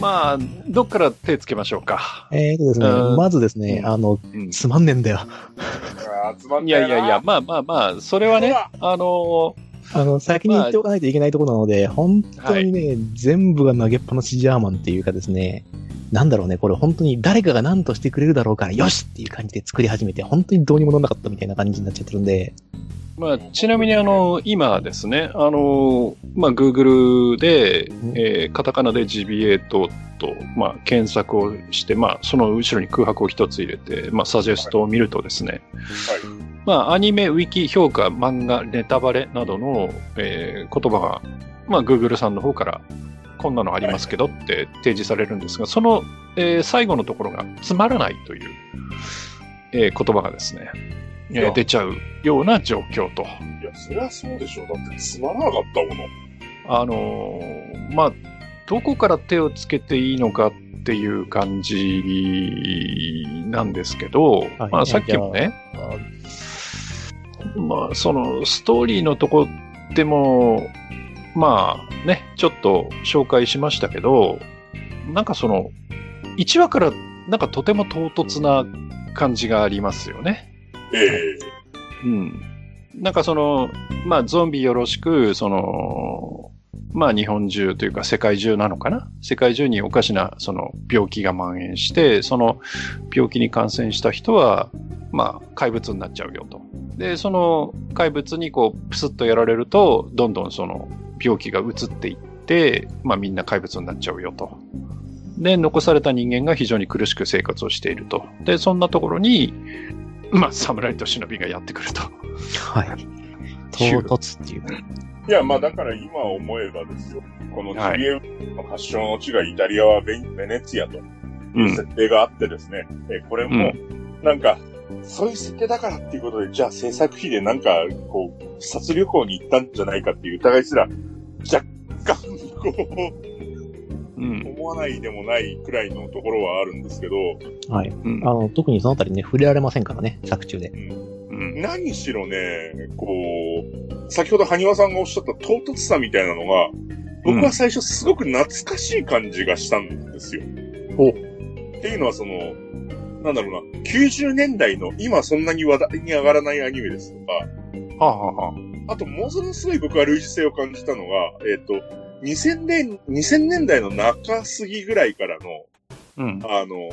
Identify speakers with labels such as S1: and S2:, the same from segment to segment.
S1: まあ、どっから手つけましょうか。
S2: えーとですね
S1: うん、
S2: まずですね、あの、
S1: うん
S2: つまんねえんだよ。
S3: あ集まん
S1: い
S3: たよ
S1: や
S3: ない
S1: やいや、、まあまあまあ、それはね、あの
S2: あの、先に言っておかないといけないところなので、本当にね、全部が投げっぱなしジャーマンっていうかですね、なんだろうね、これ本当に誰かが何としてくれるだろうから、よしっていう感じで作り始めて、本当にどうにもなんなかったみたいな感じになっちゃってるんで、
S1: まあ、ちなみにあの、今ですね、あの、まあ、Google で、えーカタカナで GBA と、と、まあ、検索をして、まあ、その後ろに空白を一つ入れて、まあ、サジェストを見るとですね、まあ、アニメ、ウィキ、評価、漫画、ネタバレなどの、えー言葉が、まあ、Google さんの方から、こんなのありますけどって提示されるんですが、その、えー最後のところが、つまらないという、えー言葉がですね、
S3: い
S1: え
S3: や
S1: ー出ちゃうような状況と。
S3: いや、そりゃそうでしょ。だってつまらなかったもの。
S1: あのーまあ、どこから手をつけていいのかっていう感じなんですけど、
S2: はい
S1: まあ、さっきもね、まあ、そのストーリーのとこでも、まあね、ちょっと紹介しましたけど、なんかその、1話からなんかとても唐突な感じがありますよね。
S3: え
S1: うん。なんかその、まあ、ゾンビよろしく、その、まあ、日本中というか世界中なのかな世界中におかしな、その、病気が蔓延して、その病気に感染した人は、まあ、怪物になっちゃうよと。で、その怪物にこう、プスッとやられると、どんどんその、病気が移っていって、まあ、みんな怪物になっちゃうよと。で、残された人間が非常に苦しく生活をしていると。で、そんなところに、まあ、侍と忍びがやってくると。
S2: はい。唐
S1: ヒュー
S2: 突っていう。
S3: えいや、まあだから今思えばですよ。この
S1: はい
S3: GBA の発祥の地がイタリアはベベネツィアという設定があってですね、えこれも、なんか、そういう設定だからっていうことで、じゃあ制作費でなんか、こう、視察旅行に行ったんじゃないかっていう疑いすら、若干、こう、
S1: うん。
S3: 思わないでもないくらいのところはあるんですけど、
S2: はい。
S1: うん
S2: あの、特にそのあたりね、触れられませんからね、作中で。
S1: うん。
S3: 何しろね、こう、先ほど埴輪さんがおっしゃった唐突さみたいなのが、僕は最初すごく懐かしい感じがしたんですよ。
S1: お
S3: っていうのはその、なんだろうな、90年代の今そんなに話題に上がらないアニメですとか、
S1: はあ、はあはあ、
S3: あとものすごい僕は類似性を感じたのが、えっ、と、2000年、2000年代の中過ぎぐらいからの、
S1: うん。
S3: あの、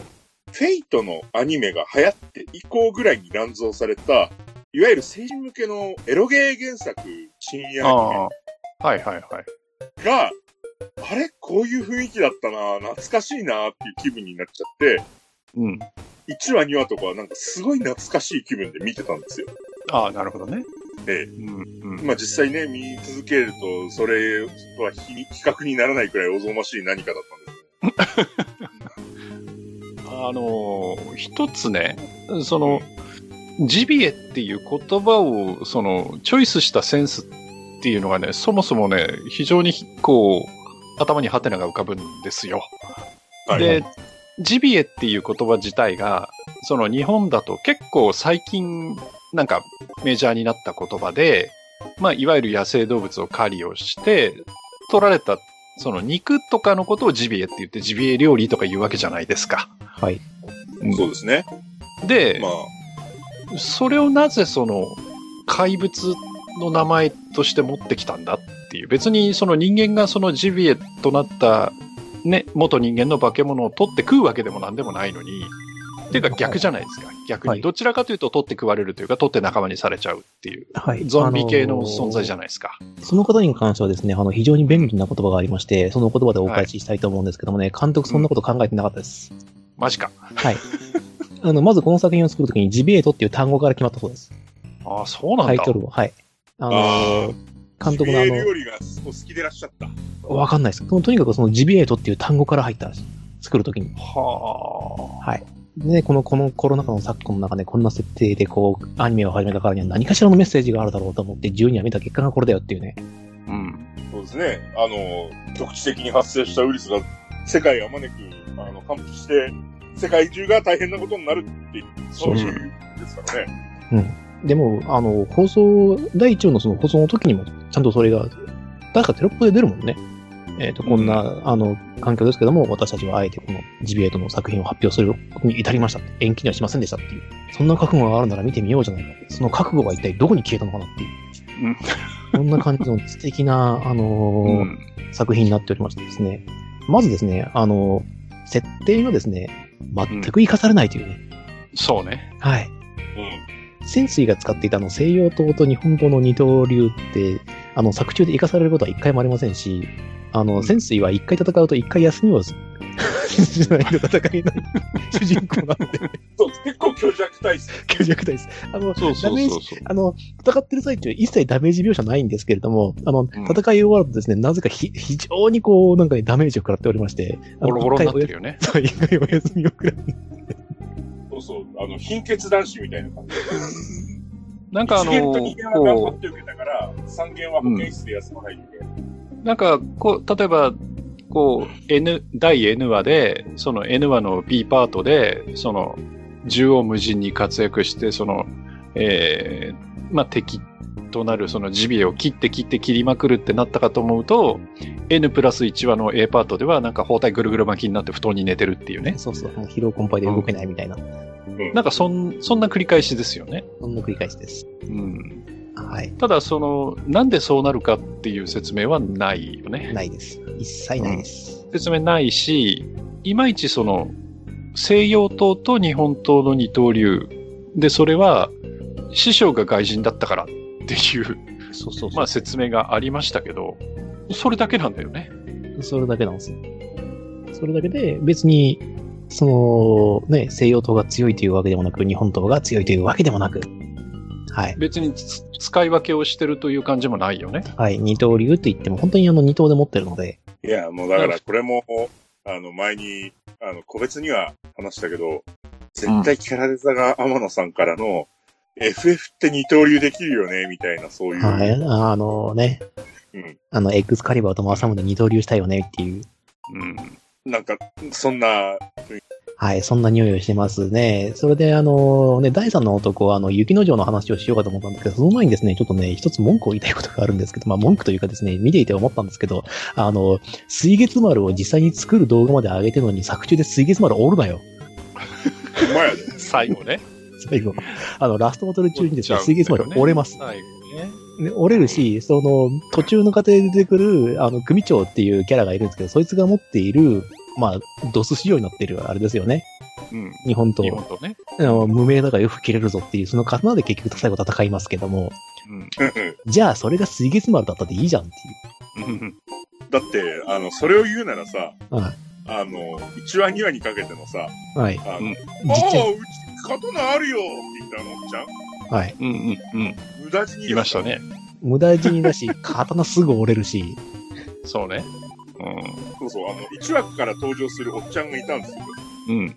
S3: フェイトのアニメが流行って以降ぐらいに乱造された、いわゆる成人向けのエロゲー原作、深夜
S1: ああ
S3: ア。
S1: はいはいはい。
S3: ニメが、あれこういう雰囲気だったな懐かしいなっていう気分になっちゃって、
S1: うん。
S3: 1話2話とかはなんかすごい懐かしい気分で見てたんですよ。
S1: ああ、なるほどね。
S3: え
S1: うん。うん。
S3: まあ実際ね、見続けると、それは比に比較にならないくらいおぞましい何かだったんです。
S1: あのー一つね、その、ジビエっていう言葉を、その、チョイスしたセンスっていうのがね、そもそもね、非常に、こう、頭にハテナが浮かぶんですよ。
S3: はい。
S1: で、ジビエっていう言葉自体が、その日本だと結構最近なんかメジャーになった言葉で、まあいわゆる野生動物を狩りをして、取られたその肉とかのことをジビエって言ってジビエ料理とか言うわけじゃないですか。
S2: はい。
S3: そうですね。
S1: で、
S3: まあ、
S1: それをなぜその怪物の名前として持ってきたんだっていう別にその人間がそのジビエとなった、ね、元人間の化け物を取って食うわけでも何でもないのにっていうか逆じゃないですか逆
S2: は
S1: に
S2: い
S1: どちらかというと取って食われるというか取って仲間にされちゃうっていう
S2: はい
S1: ゾンビ系の存在じ
S2: ゃ
S1: ゃないですか、
S2: その方に関してはですね、あの、非常に便利な言葉がありまして、その言葉でお返ししたいと思うんですけどもね、監督そんなこと考えてなかったです。
S1: マジか
S2: はい。 あの、まずこの作品を作るときに、ジビエートっていう単語から決まったそうです。
S1: ああそうなん
S2: タ
S1: だ
S2: イトルを。はい。あ
S3: あ
S2: の、監督のあ
S3: ジビエ
S2: の
S3: 料理がお好きでらっしゃった。、
S2: わかんないです。そのとにかくそのジビエートっていう単語から入ったらしい。作るときに。
S1: は
S2: ね、この、このコロナ禍の昨今の中でこんな設定でこう、アニメを始めたからには何かしらのメッセージがあるだろうと思って、12話見た結果がこれだよっていうね。
S1: あうん
S3: そうですね。あの、局地的に発生したウイルスが世界をあまねく、あの、完布して、世界中が大変なことになるっていう、そういう、ですからね。
S2: でも、あの、放送、第1話のその放送の時にも、ちゃんとそれが、確かテロップで出るもんね。えっ、と、こんな、あの、環境ですけども、私たちはあえてこのジビエートの作品を発表することに至りました。延期にはしませんでしたっていう。そんな覚悟があるなら見てみようじゃないか。その覚悟が一体どこに消えたのかなっていう。
S1: うん
S2: こんな感じの素敵な、あのー
S1: うん
S2: 作品になっておりましてですね。まずですね、あのー設定がですね、全く活かされないというね。
S1: そうね。
S2: はい。潜水が使っていたあの西洋刀と日本語の二刀流って、あの作中で生かされることは一回もありませんし、あの潜水は一回戦うと一回休みを すしないと戦いな主人公なので、
S3: そう結構強弱体質。
S2: 強弱体です。あの、
S1: そうそうそうそう。
S2: あの、戦ってる最中、一切ダメージ描写ないんですけれども、あの、戦い終わるとですね、なぜかひ非常にこう、なんかね、ダメージを食らっておりまして、あ
S1: ボ
S2: の
S1: ロボロになってるよね。
S2: 一回おやそう一回お休みを食らって、
S3: そうそう、あの、貧血男子みたいな感じで。
S1: なんかあの
S3: 一元と二元は頑張
S1: こ
S3: って受けたから、三元は保健室で休まないといけない。
S1: う、なんか、こう、例えば、こう、N、第 N 話で、その N 話の B パートで、その、縦横無尽に活躍して、その、えー、まあ、敵となる、そのジビエを切って切って切りまくるってなったかと思うと、N プラス1話の A パートでは、なんか包帯ぐるぐる巻きになって布団に寝てるっていうね。
S2: そうそう、もう疲労困憊で動けないみたいな、
S3: うん
S1: なんかそん、そんな繰り返しですよね。
S2: そんな繰り返しです。
S1: うん。
S2: はい。
S1: ただ、その、なんでそうなるかっていう説明はないよね。
S2: ないです。一切ないです。
S1: 説明ないし、いまいちその、西洋刀と日本刀の二刀流。で、それは、師匠が外人だったからっていう、
S2: そうそうそう。
S1: まあ説明がありましたけど、それだけなんだよね。
S2: それだけなんですよ。それだけで、別に、その、ね、西洋刀が強いというわけでもなく、日本刀が強いというわけでもなく、はい。
S1: 別につ使い分けをしてるという感じもないよね。
S2: はい。二刀流って言っても、本当にあの二刀で持ってるので、
S3: いや、もうだからこれも、あの、前に、あの、個別には話したけど、絶対キャラデザが天野さんからの、FF って二刀流できるよね、みたいな、そういう。
S2: はい。あのね、
S3: うん
S2: あの、エックスカリバーとマーサムで二刀流したいよねっていう、
S1: うん。
S3: なんか、そんな、
S2: はい。そんな匂いをしてますね。それで、あの、ね、第三の男は、あの、雪の城の話をしようかと思ったんですけど、その前にですね、ちょっとね、一つ文句を言いたいことがあるんですけど、まあ、文句というかですね、見ていて思ったんですけど、あの、水月丸を実際に作る動画まで上げてるのに、作中で水月丸折るなよ。
S3: ほんまやで。
S1: 最後ね。
S2: 最後。あの、ラストバトル中にですね、
S1: 折っちゃ
S2: 水
S1: うんだよね
S2: 月丸折れます。
S1: 最後ね。
S2: ね、折れるし、その、途中の過程で出てくる、あの、組長っていうキャラがいるんですけど、そいつが持っている、まあ、ドス仕様になってる、あれですよね。
S1: うん。
S2: 日本
S1: 日
S2: 刀
S1: 本とね。
S2: あの無名だからよく切れるぞっていう、その刀で結局最後戦いますけども、
S1: うん。
S2: じゃあそれが水月丸だったっていいじゃんって
S1: うん
S3: だって、あの、それを言うならさ、
S2: いう。は
S3: あの、1話2話にかけてのさ、
S2: い。はい。
S3: あの、
S1: うん
S3: あ
S2: ちっちゃ
S3: あ、うち、刀あるよって言ったのおっちゃん
S2: はい。
S1: うんうんうん。
S3: 無駄死に。
S1: いました。ね。
S2: 無駄死にだし、刀すぐ折れるし、
S1: そうね。
S3: そうそう、あの、1話から登場するおっちゃんがいたんですよ。
S1: うん。うん。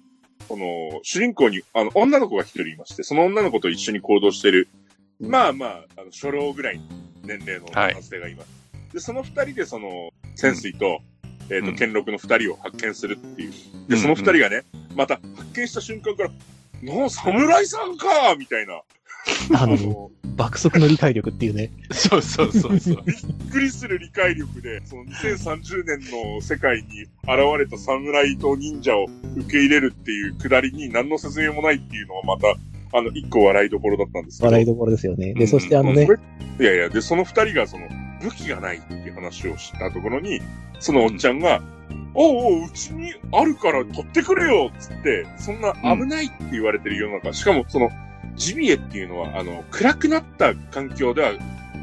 S3: この、主人公に、あの、女の子が一人いまして、その女の子と一緒に行動してる、まあまあ、あの、初老ぐらいの年齢の
S1: はい
S3: 男性がいます。で、その二人で、その、潜水と、えっ、
S1: う
S3: と、
S1: ん
S3: 剣六の二人を発見するっていう。
S1: う
S3: で、
S1: ん
S3: その二人がね、また発見した瞬間から、の侍さんかみたいな、
S2: あ
S3: あ
S2: の、
S3: の、
S2: 爆速の理解力っていうね。
S1: そうそうそう そう。
S3: びっくりする理解力で、その2030年の世界に現れた侍と忍者を受け入れるっていうくだりに何の説明もないっていうのはまた、あの、一個笑いどころだったんですけど。
S2: 笑いどころですよね。
S1: う
S2: で、
S1: ん
S2: そしてあのね
S3: そ、れいやいや、で、その二人がその、武器がないっていう話をしたところに、そのおっちゃんが、おうおう、うちにあるから取ってくれよっつって、そんな危ないって言われてる世の中、しかもその、ジビエっていうのは、あの、暗くなった環境では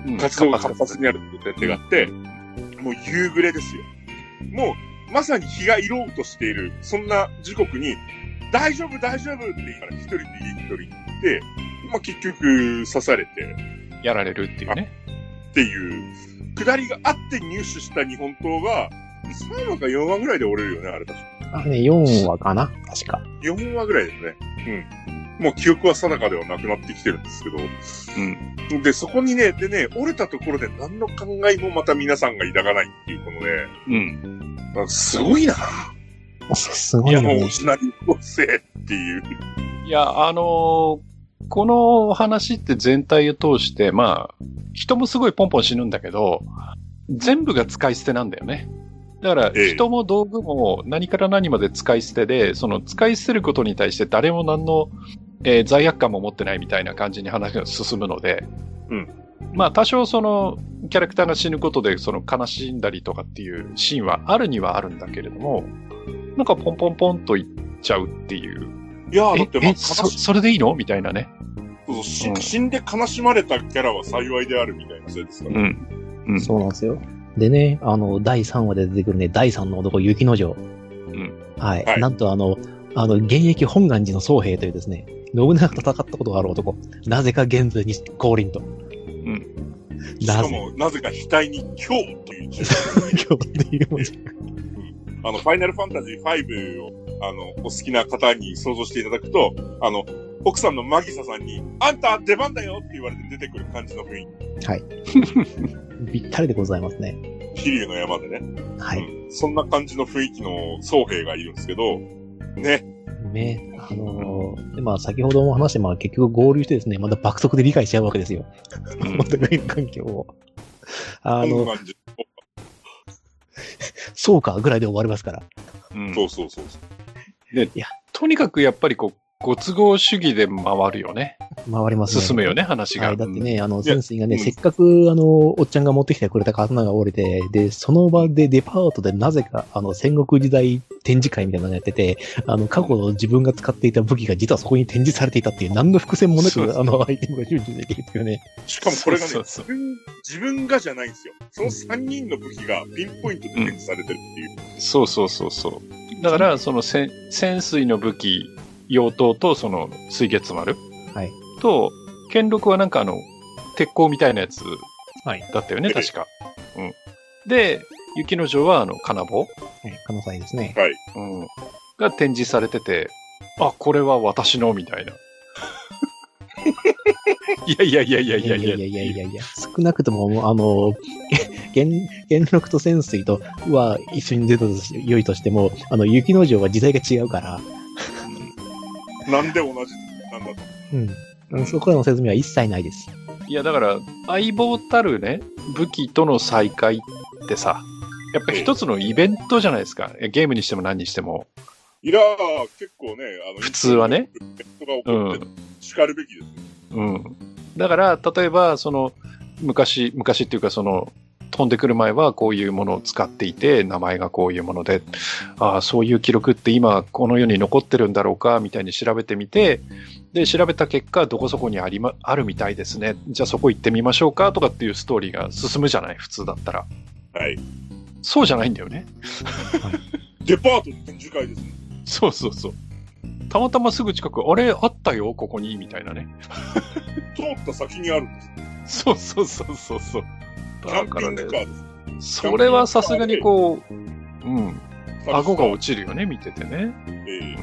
S1: うん
S3: 活動が活発になるっていう設定があって、もう夕暮れですよ。もう、まさに日が色うとしている、そんな時刻に、大丈夫、大丈夫って言いながら一人で家に一人行って、まあ結局刺されて
S1: やられるっていうね。
S3: っていう、下りがあって入手した日本刀が、3話か4話ぐらいで折れるよね、あれ確か。
S2: あれね4話かな確か。
S3: 4話ぐらいですね。うん。もう記憶は定かではなくなってきてるんですけど、
S1: うん。
S3: で、そこにね、でね、折れたところで何の考えもまた皆さんが抱かないっていう、このね、
S1: うん。
S3: なんかすごいな。
S2: すすご
S3: い
S2: い
S3: や、
S2: な、
S3: もう、
S2: ね
S3: お。しなり構成っていう。
S1: いや、あのーこのお話って全体を通して、まあ、人もすごいポンポン死ぬんだけど、全部が使い捨てなんだよね。だから、
S3: ええ
S1: 人も道具も何から何まで使い捨てで、その使い捨てることに対して誰も何の、えー罪悪感も持ってないみたいな感じに話が進むので、
S3: うん
S1: まあ多少そのキャラクターが死ぬことでその悲しんだりとかっていうシーンはあるにはあるんだけれども、なんかポンポンポンといっちゃうっていう。
S3: いやー、だって
S1: え、
S3: まあ、
S1: え
S3: 悲
S1: そ
S3: し
S1: それでいいのみたいなね。
S3: し
S1: うん
S3: 死んで悲しまれたキャラは幸いであるみたいなせいですから、
S1: うん。うん
S2: そうなんですよ。でね、あの、第3話で出てくるね、第3の男、雪の城。
S1: ん
S2: はい。
S3: はい
S2: なんとあの、あの、現役本願寺の僧兵というですね、信長と戦ったことがある男。なぜか現在に降臨と。
S1: ん
S3: し
S2: な
S3: か
S2: ぜ
S3: も、なぜか額に今日という字
S2: 今日っていう文字。
S3: あの、ファイナルファンタジー5を、あの、お好きな方に想像していただくと、あの、奥さんのマギサさんに、あんた出番だよって言われて出てくる感じの雰囲
S2: ぴったりでございますね。
S3: 気、飛竜の山でね、
S2: はい。
S3: うんそんな感じの雰囲気の僧兵がいるんですけど、ね、
S2: ね、あのーでまあ先ほども話して、まあ結局合流してですね、また爆速で理解し合うわけですよ。
S1: うん
S2: お互いの環境を。あ
S3: こん
S2: の、
S3: な感じ。
S2: そうかぐらいで終わりますから。
S1: うん
S3: そうそうそうそう。
S1: とにかくやっぱりこう、ご都合主義で回るよね。
S2: 回りますね。
S1: 進むよね、話が。
S2: はい、だってね、あの、
S3: いや
S2: 潜水がね、
S3: うん
S2: せっかく、あの、おっちゃんが持ってきてくれた刀が折れて、で、その場でデパートでなぜか、あの、戦国時代展示会みたいなのやってて、あの、過去の自分が使っていた武器が実はそこに展示されていたっていう、何の伏線もな
S1: そう
S2: く、あの、アイテムが収集できるっていうね。
S3: しかもこれがね、
S1: そうそう
S3: 自分、自分がじゃないんですよ。その3人の武器がピンポイントで展示されてるっていう。
S1: そうそうそうそう。だから、そのせん潜水の武器、妖刀とその水月丸。
S2: はい
S1: と、剣六はなんかあの、鉄鋼みたいなやつ
S2: はい。
S1: だったよね、確か。うん。で、雪の城はあの、金棒、
S2: 可能性ですね。
S3: はい。
S1: うん、が展示されてて、あ、これは私の、みた いな。いやいやいやいやいやいや。
S2: いやいやいやいやいや少なくとも、あの、 元、元禄と潜水とは一緒に出たとし良いとしても、あの、雪の城は時代が違うから、
S3: なんで同じなんだと。
S2: うん。あのそこらの説明は一切ないです。
S1: いやだから相棒たるね武器との再会ってさやっぱ一つのイベントじゃないですかえゲームにしても何にしても
S3: いやー、結構ね、あの、
S1: 普通はね。
S3: 人が起
S1: う
S3: こって、
S1: ん、
S3: 叱るべきですね。
S1: うん、だから例えばその昔昔っていうかその飛んでくる前はこういうものを使っていて名前がこういうものでああそういう記録って今この世に残ってるんだろうかみたいに調べてみてで調べた結果どこそこにあり、ま、あるみたいですねじゃあそこ行ってみましょうかとかっていうストーリーが進むじゃない普通だったら
S3: はい。
S1: そうじゃないんだよね
S3: デパートの展示会ですね。
S1: そうそうそう。たまたますぐ近く、あれあったよ、ここに、みたいなね。
S3: 通った先にあるんです。
S1: そうそうそうそうそう。
S3: キャ
S1: だ
S3: ン
S1: か
S3: ピ
S1: ら
S3: ングカ
S1: ね、
S3: ーです。
S1: それはさすがにこう、うん、顎が
S3: 多い
S1: 落ちるよね、見ててね。
S3: え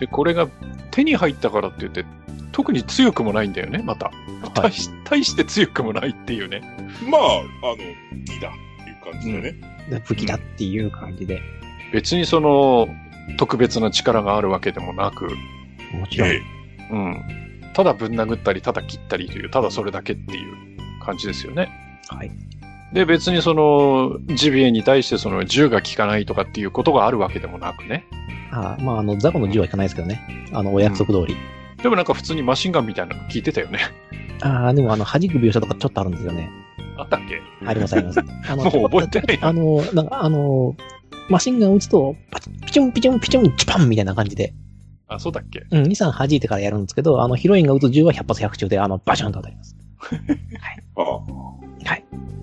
S1: で、これが手に入ったからって言って、特に強くもないんだよね、また。
S2: は
S1: 大し大して強くもないっていうね。
S3: えまあ、あの、いいだっていう感じでね。
S2: い。武器だっていう感じで。
S1: 別にその、特別な力があるわけでもなく、
S2: もちろん。
S3: え
S1: うん。ただぶん殴ったり、ただ切ったりという、ただそれだけっていう感じですよね。
S2: はい。
S1: で、別にその、ジビエに対してその銃が効かないとかっていうことがあるわけでもなくね。
S2: あまあ、あの、ザコの銃はいかないですけどね。あの、お約束通り。
S1: でもなんか普通にマシンガンみたいなの聞いてたよね。
S2: ああ、でも、あの、弾く描写とかちょっとあるんですよね。
S1: あったっけ
S2: あります、あります。あの
S1: もう覚えてない
S2: あの、なんか、あの、マシンガン撃つと、パチピチョンピチョンピチョン、チュパンみたいな感じで、
S1: あ、そうだっけ
S2: うん、2、3弾いてからやるんですけど、あの、ヒロインが撃つ銃は100発100中で、あの、バシャンと当たります。
S3: ああ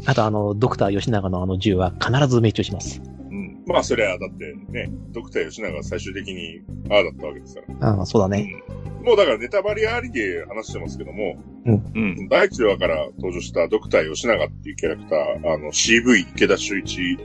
S2: あと、あの、ドクター吉永のあの銃は必ず命中します。
S1: うん。
S3: まあ、それはだってね、ドクター吉永は最終的に、ああだったわけですから。
S2: ああ、そうだね。
S3: うんもうだからネタバレありで話してますけども、
S1: うん。
S3: 第1話から登場したドクター吉永っていうキャラクター、あの CV 池田修
S2: は
S3: 一。
S2: い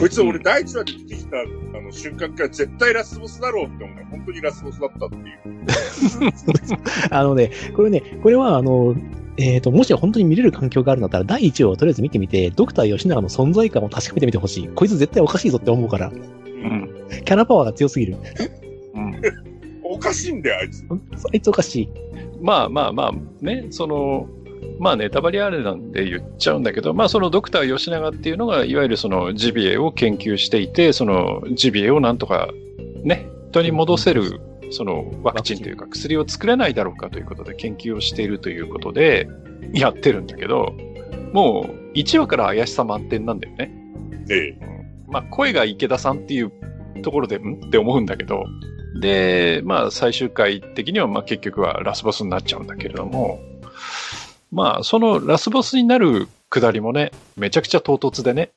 S3: こいつ俺第1話で出てきたあの瞬間から絶対ラスボスだろうって思う本当にラスボスだったっていう。
S2: あのね、これね、これは、あの、えっ、と、もし本当に見れる環境があるんだったら、第1話をとりあえず見てみて、ドクター吉永の存在感を確かめてみてほしい。こいつ絶対おかしいぞって思うから、
S1: う
S3: うん
S1: ん。
S2: キャラパワーが強すぎる。
S1: うん。
S3: おかしいんだよ、あいつ。
S2: あいつおかしい。
S1: まあまあまあ、ね、その、まあネタバレあれなんで言っちゃうんだけど、まあそのドクター吉永っていうのが、いわゆるそのジビエを研究していて、そのジビエをなんとかね、人に戻せる、そのワクチンというか薬を作れないだろうかということで研究をしているということで、やってるんだけど、もう1話から怪しさ満点なんだよね。
S3: ええ。
S1: まあ声が池田さんっていうところで、んって思うんだけど、で、まあ最終回的にはまあ結局はラスボスになっちゃうんだけれども、まあ、そのラスボスになるくだりもね、めちゃくちゃ唐突でね。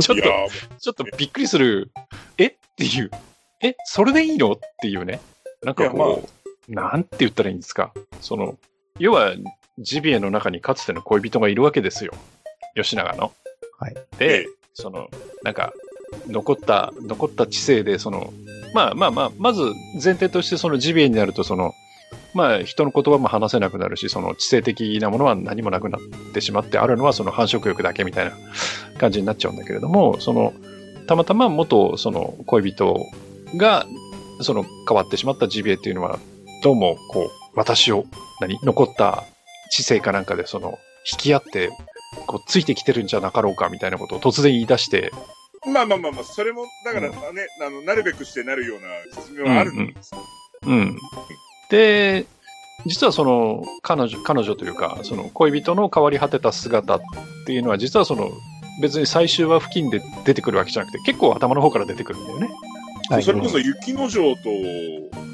S1: ちょっ
S3: い
S1: と
S3: や、
S1: ちょっとびっくりする、えっていう、えそれでいいのっていうね。なんかこう、なんて言ったらいいんですか。その、要は、ジビエの中にかつての恋人がいるわけですよ。吉永の。
S2: はい。
S1: で、その、なんか、残った、残った知性で、その、まあまあまあ、まず前提としてそのジビエになると、その、まあ人の言葉も話せなくなるし、その知性的なものは何もなくなってしまって、あるのはその繁殖欲だけみたいな感じになっちゃうんだけれども、その、たまたま元その恋人が、その変わってしまったジビエっていうのは、どうもこう、私を、何残った知性かなんかでその、引き合って、こう、ついてきてるんじゃなかろうかみたいなことを突然言い出して、
S3: まあまあまあまあ、それも、だからね、あの、なるべくしてなるような説明はあるんです。
S1: うん。で、実はその彼女、彼女というか、その恋人の変わり果てた姿っていうのは、実はその別に最終話付近で出てくるわけじゃなくて、結構頭の方から出てくるんだよね。
S2: はい
S3: それこそ雪の城と、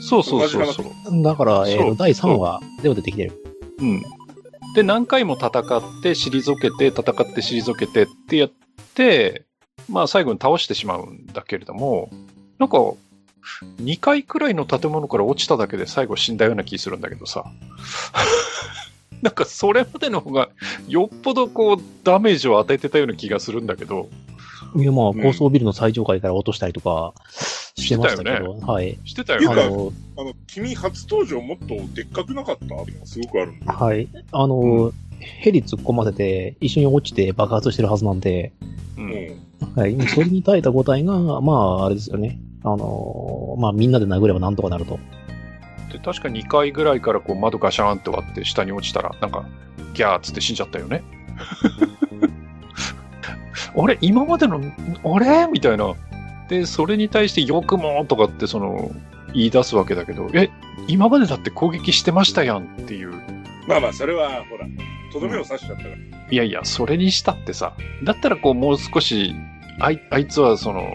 S1: そうそうそうそう。
S2: だから、え
S1: そ
S2: ーと、
S1: う
S2: 第3話でも出てきてる。
S1: うん。で、何回も戦って、退けて、戦って、退けてってやって、まあ最後に倒してしまうんだけれども、なんか、2回くらいの建物から落ちただけで最後死んだような気するんだけどさ。 なんかそれまでの方がよっぽどこうダメージを与えてたような気がするんだけど、
S2: いや、まあ、
S3: ん
S2: 高層ビルの最上階から落としたりとかしてましたけ
S1: してた
S2: ど、はい。
S1: してた
S3: てい
S1: よ
S3: う
S2: あ
S3: か
S1: ね。
S2: の、
S3: あの、君初登場もっとでっかくなかったっていうのがすごくあるんで。
S2: はい。あの、
S1: う
S2: ヘリ突っ込ませて、一緒に落ちて爆発してるはずなんで、
S1: うん
S2: はい。それに耐えた個体が、まあ、あれですよね。あの、まあ、みんなで殴ればなんとかなると。
S1: で確か2回ぐらいからこう窓ガシャーンって割って下に落ちたらなんかギャーっつって死んじゃったよね あれ今までのあれみたいなでそれに対して「よくも」とかってその言い出すわけだけどえ今までだって攻撃してましたやんっていう
S3: まあまあ、それは、ほら、とどめを刺しちゃったから。
S1: いやいやそれにしたってさだったらこうもう少しあいあいつはその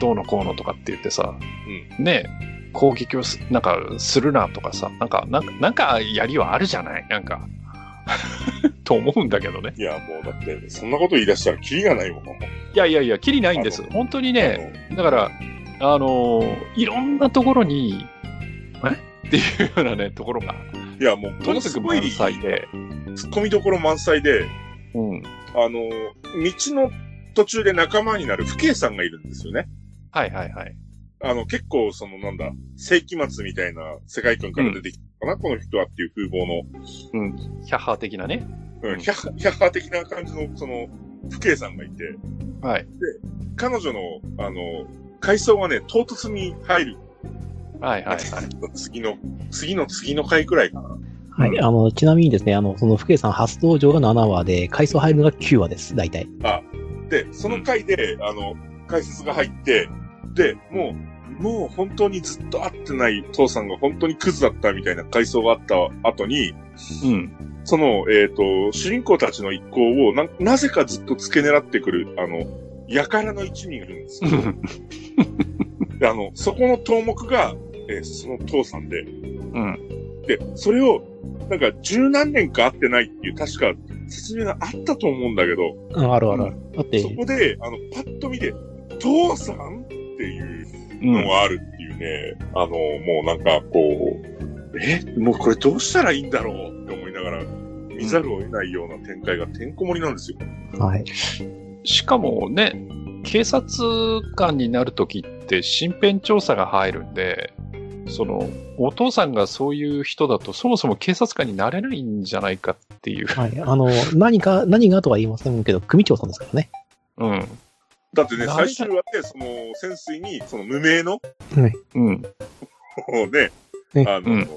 S1: どうのこうのとかって言ってさ、ねえ攻撃をすなんかするなとかさなんかなんかなんかやりはあるじゃないなんか と思うんだけどね
S3: いや、もうだって、そんなこと言い出したらキリがないも
S1: い
S3: ん。
S1: やいやいやきりないんです
S3: あの
S1: 本当にねだから、あのーいろんなところに、えっていうようなね、ところが、
S3: あのいや、もう、
S1: と
S3: もの
S1: にか
S3: す
S1: く
S3: ごい、
S1: 満
S3: 突
S1: 載
S3: っ
S1: で、
S3: 込みどころ満載で、
S1: うん。
S3: あの、道の途中で仲間になる不景さんがいるんですよね。
S1: はいはいはい。
S3: あの、結構、その、なんだ、世紀末みたいな世界観から出てきたかな、この人はっていう風貌の、
S1: うん。ヒャッハー的なね。
S3: うん、ヒャッハヒャッハー的な感じの、その、不景さんがいて、
S1: はい。
S3: 彼女の、あの、階層がね、唐突に入る。
S1: はい はいはい。
S3: 次の、次の次の回くらいかな。
S2: はい。あの、ちなみにですね、あの、その、福井さん初登場が7話で、階層入るのが9話です、大体。
S3: で、その回で、あの、解説が入って、で、もう、もう本当にずっと会ってない父さんが本当にクズだったみたいな回想があった後に、
S1: うん。
S3: その、えっ、と、主人公たちの一行をな、なぜかずっと付け狙ってくる、あの、やからの一味がいる んですよ。であの、そこの頭目が、えーその父さんで、
S1: うん。
S3: で、それを、なんか、十何年か会ってないっていう、確か、説明があったと思うんだけど、
S2: うん、あるあるある。だっ
S3: そ
S2: て、
S3: こで、あの、パッと見て、父さんっていう
S1: う
S3: の
S1: ん。
S3: があるっていうね、あの、もうなんか、こう、え、もうこれどうしたらいいんだろうって思いながら、見ざるを得ないような展開がてんこ盛りなんですよ。
S2: はい。
S1: しかもね、警察官になるときって身辺調査が入るんで、その、お父さんがそういう人だと、そもそも警察官になれないんじゃないかっていう。
S2: はい。あの、何か、何がとは言いませんけど、組長さんですからね。
S1: うん。
S3: だって
S1: ダメ
S3: ね、
S1: だ
S3: 最終話で、その、潜水に、その無名の、
S1: うん。
S3: ね、
S2: ね
S3: あの、
S1: うん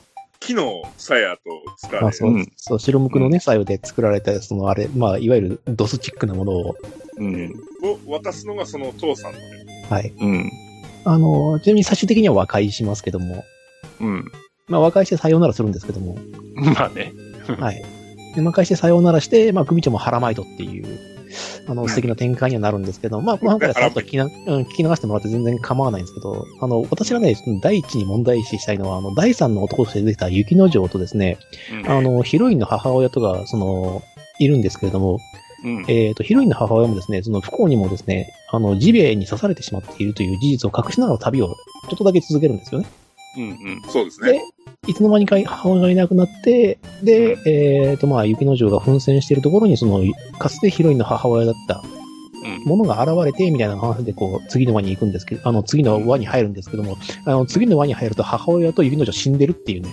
S3: 木の鞘と使わ
S2: まあ
S3: れ
S2: そ
S3: る。
S2: う
S1: うん
S2: そう白無垢のね、作用で作られた、そのあれ、まあ、いわゆるドスチックなものを、
S1: うん。
S3: を渡すのがその父さんのね。
S2: はい。
S1: うん。
S2: あの、ちなみに最終的には和解しますけども、
S1: うん。
S2: まあ、和解してさようならするんですけども、
S1: まあね。
S2: はい。で、和解してさようならして、まあ、組長も腹まいとっていう、あの、素敵な展開にはなるんですけど、まあ、この辺りはさっと聞きな、うん、聞き流してもらって全然構わないんですけど、あの、私がね、第一に問題視したいのは、あの、第三の男として出てきた雪之丞とですね、
S1: うん
S2: あの、ヒロインの母親とか、その、いるんですけれども、
S1: うん。
S2: えっ、と、ヒロインの母親もですね、その不幸にもですね、あの、ジビエに刺されてしまっているという事実を隠しながら旅をちょっとだけ続けるんですよね。
S1: うんうん。
S3: そうですね
S2: で。、いつの間にか母親がいなくなって、で、
S1: う
S2: えっ、と、まあ、雪之丞が奮戦しているところに、その、かつてヒロインの母親だった
S1: うん。
S2: ものが現れて、みたいな話で、こう、次の輪に行くんですけど、あの、次の輪に入るんですけども、あの、次の輪に入ると母親と雪之丞死んでるっていうね、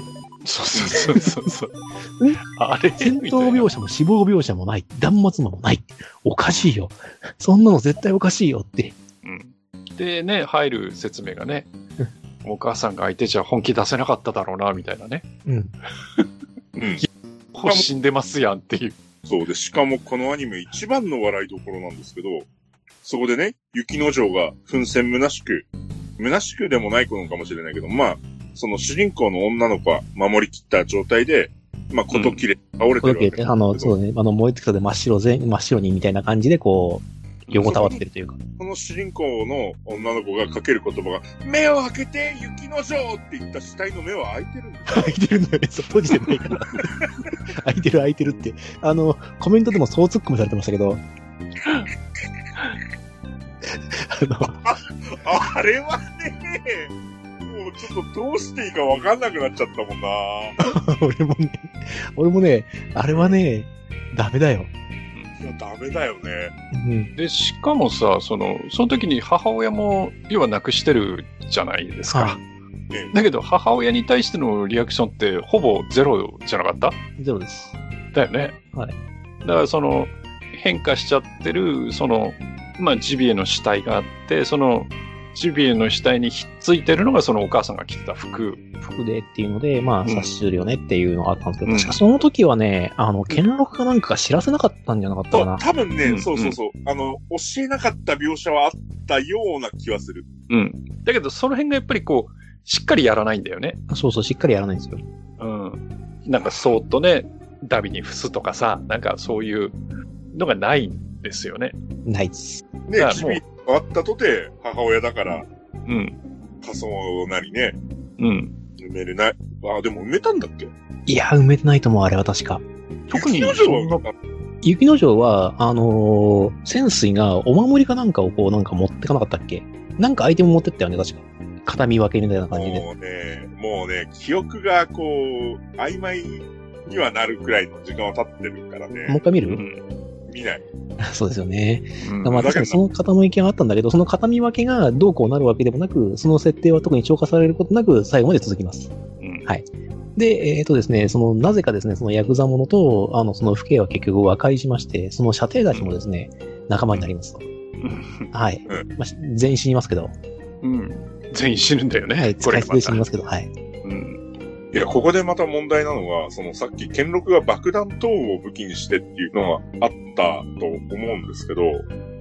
S1: そうそうそうそう。
S2: うん
S1: あれ
S2: 戦闘描
S1: 写。
S2: 写も死亡描写もない、断末魔もない。おかしいよ。そんなの絶対おかしいよって。
S1: うん。でね、入る説明がね、お母さんが相手じゃ本気出せなかっただろうな、みたいなね。
S2: うん。
S3: うん。
S1: もう死んでますやんっていう。
S3: そうで、しかもこのアニメ一番の笑いどころなんですけど、そこでね、雪之丞が奮戦虚しく、虚しくでもない子のかもしれないけど、まあ、その主人公の女の子は守りきった状態で、まあ、こときれ、倒れて
S2: こ
S3: る
S2: れだ
S3: わけですけ
S2: け、
S3: ど
S2: あの、そうね、あの、燃えてきたで真っ白ぜ、真っ白にみたいな感じで、こう、横たわってるというか。
S3: この主人公の女の子がかける言葉が、目を開けて雪の女王って言った死体の目は開いてるん ですよ。
S2: 開いてるのよね。そう閉じてない から。開いてる開いてるって。あの、コメントでもそうツッコミされてましたけど。あの、
S3: あれはね、もうちょっとどうしていいかわかんなくなっ ちゃったもんな。
S2: 俺もね、俺もね、あれはね、ダメだよ。
S3: いや、ダメだよね。
S2: うん。
S1: で、しかもさ、その、その時に母親も、要は亡くしてるじゃないですか。
S2: は
S3: ね
S1: だけど、母親に対してのリアクションって、ほぼゼロじゃなかった
S2: い。ゼロです。
S1: だよね。
S2: はい。
S1: だから、その、変化しちゃってる、その、まあ、ジビエの死体があって、その、ジビエの死体にひっついてるのが、そのお母さんが着てた服。
S2: 服でっていうので、ま
S1: う
S2: あ、
S1: ん
S2: 察するよねっていうのがあったんですけど、
S1: うん
S2: 確かその時はね、あの、剣録かなんかが知らせなかったんじゃなかった
S3: そ
S2: か
S3: う
S2: な。
S3: 多分ね、
S1: うん
S3: そうそうそう。あの、教えなかった描写はあったような気はする。
S1: うん。だけど、その辺がやっぱりこう、しっかりやらないんだよね。
S2: そうそう、しっかりやらないんですよ。
S1: うん。なんか、そーっとね、ダビに伏すとかさ、なんかそういうのがないんですよね。
S2: ないです。
S3: ね
S1: あ、
S3: チビがあったとて、母親だから、
S1: うん。
S3: 仮想なりね、
S1: うん。
S3: 埋めれない。あ、でも埋めたんだっけ
S2: いや、埋めてないと思う、あれは確か。
S1: 特に
S3: 雪の女王は
S2: 雪之丞は、あのー潜水がお守りかなんかをこう、なんか持ってかなかったっけなんかアイテム持ってったよね、確か。片見分けみたいな感じで。
S3: もうね、もうね、記憶がこう、曖昧にはなるくらいの時間は経ってるから
S2: もう
S3: ね
S2: 一。回見
S1: う
S2: る、
S1: ん。
S3: 見ない。
S2: そうですよね。
S1: うん
S2: まあ確かにその傾きがあったんだけど、その傾き分けがどうこうなるわけでもなく、その設定は特に超過されることなく、最後まで続きます。
S1: うん
S2: で、えっ、とですね、その、なぜかですね、そのヤクザ者と、あの、その父兄は結局和解しまして、その射程たちもですね、仲間になりますと。はい。
S3: う
S2: まあ、全員死にますけど、
S1: うん。全員死ぬんだよね。
S2: はい、
S1: こ
S2: 使
S1: れ
S2: い
S1: が
S2: 捨
S1: また
S2: てで死にますけど、はい。
S1: うん。
S3: いや、ここでまた問題なのが、そのさっき、剣六が爆弾等を武器にしてっていうのがあったと思うんですけど、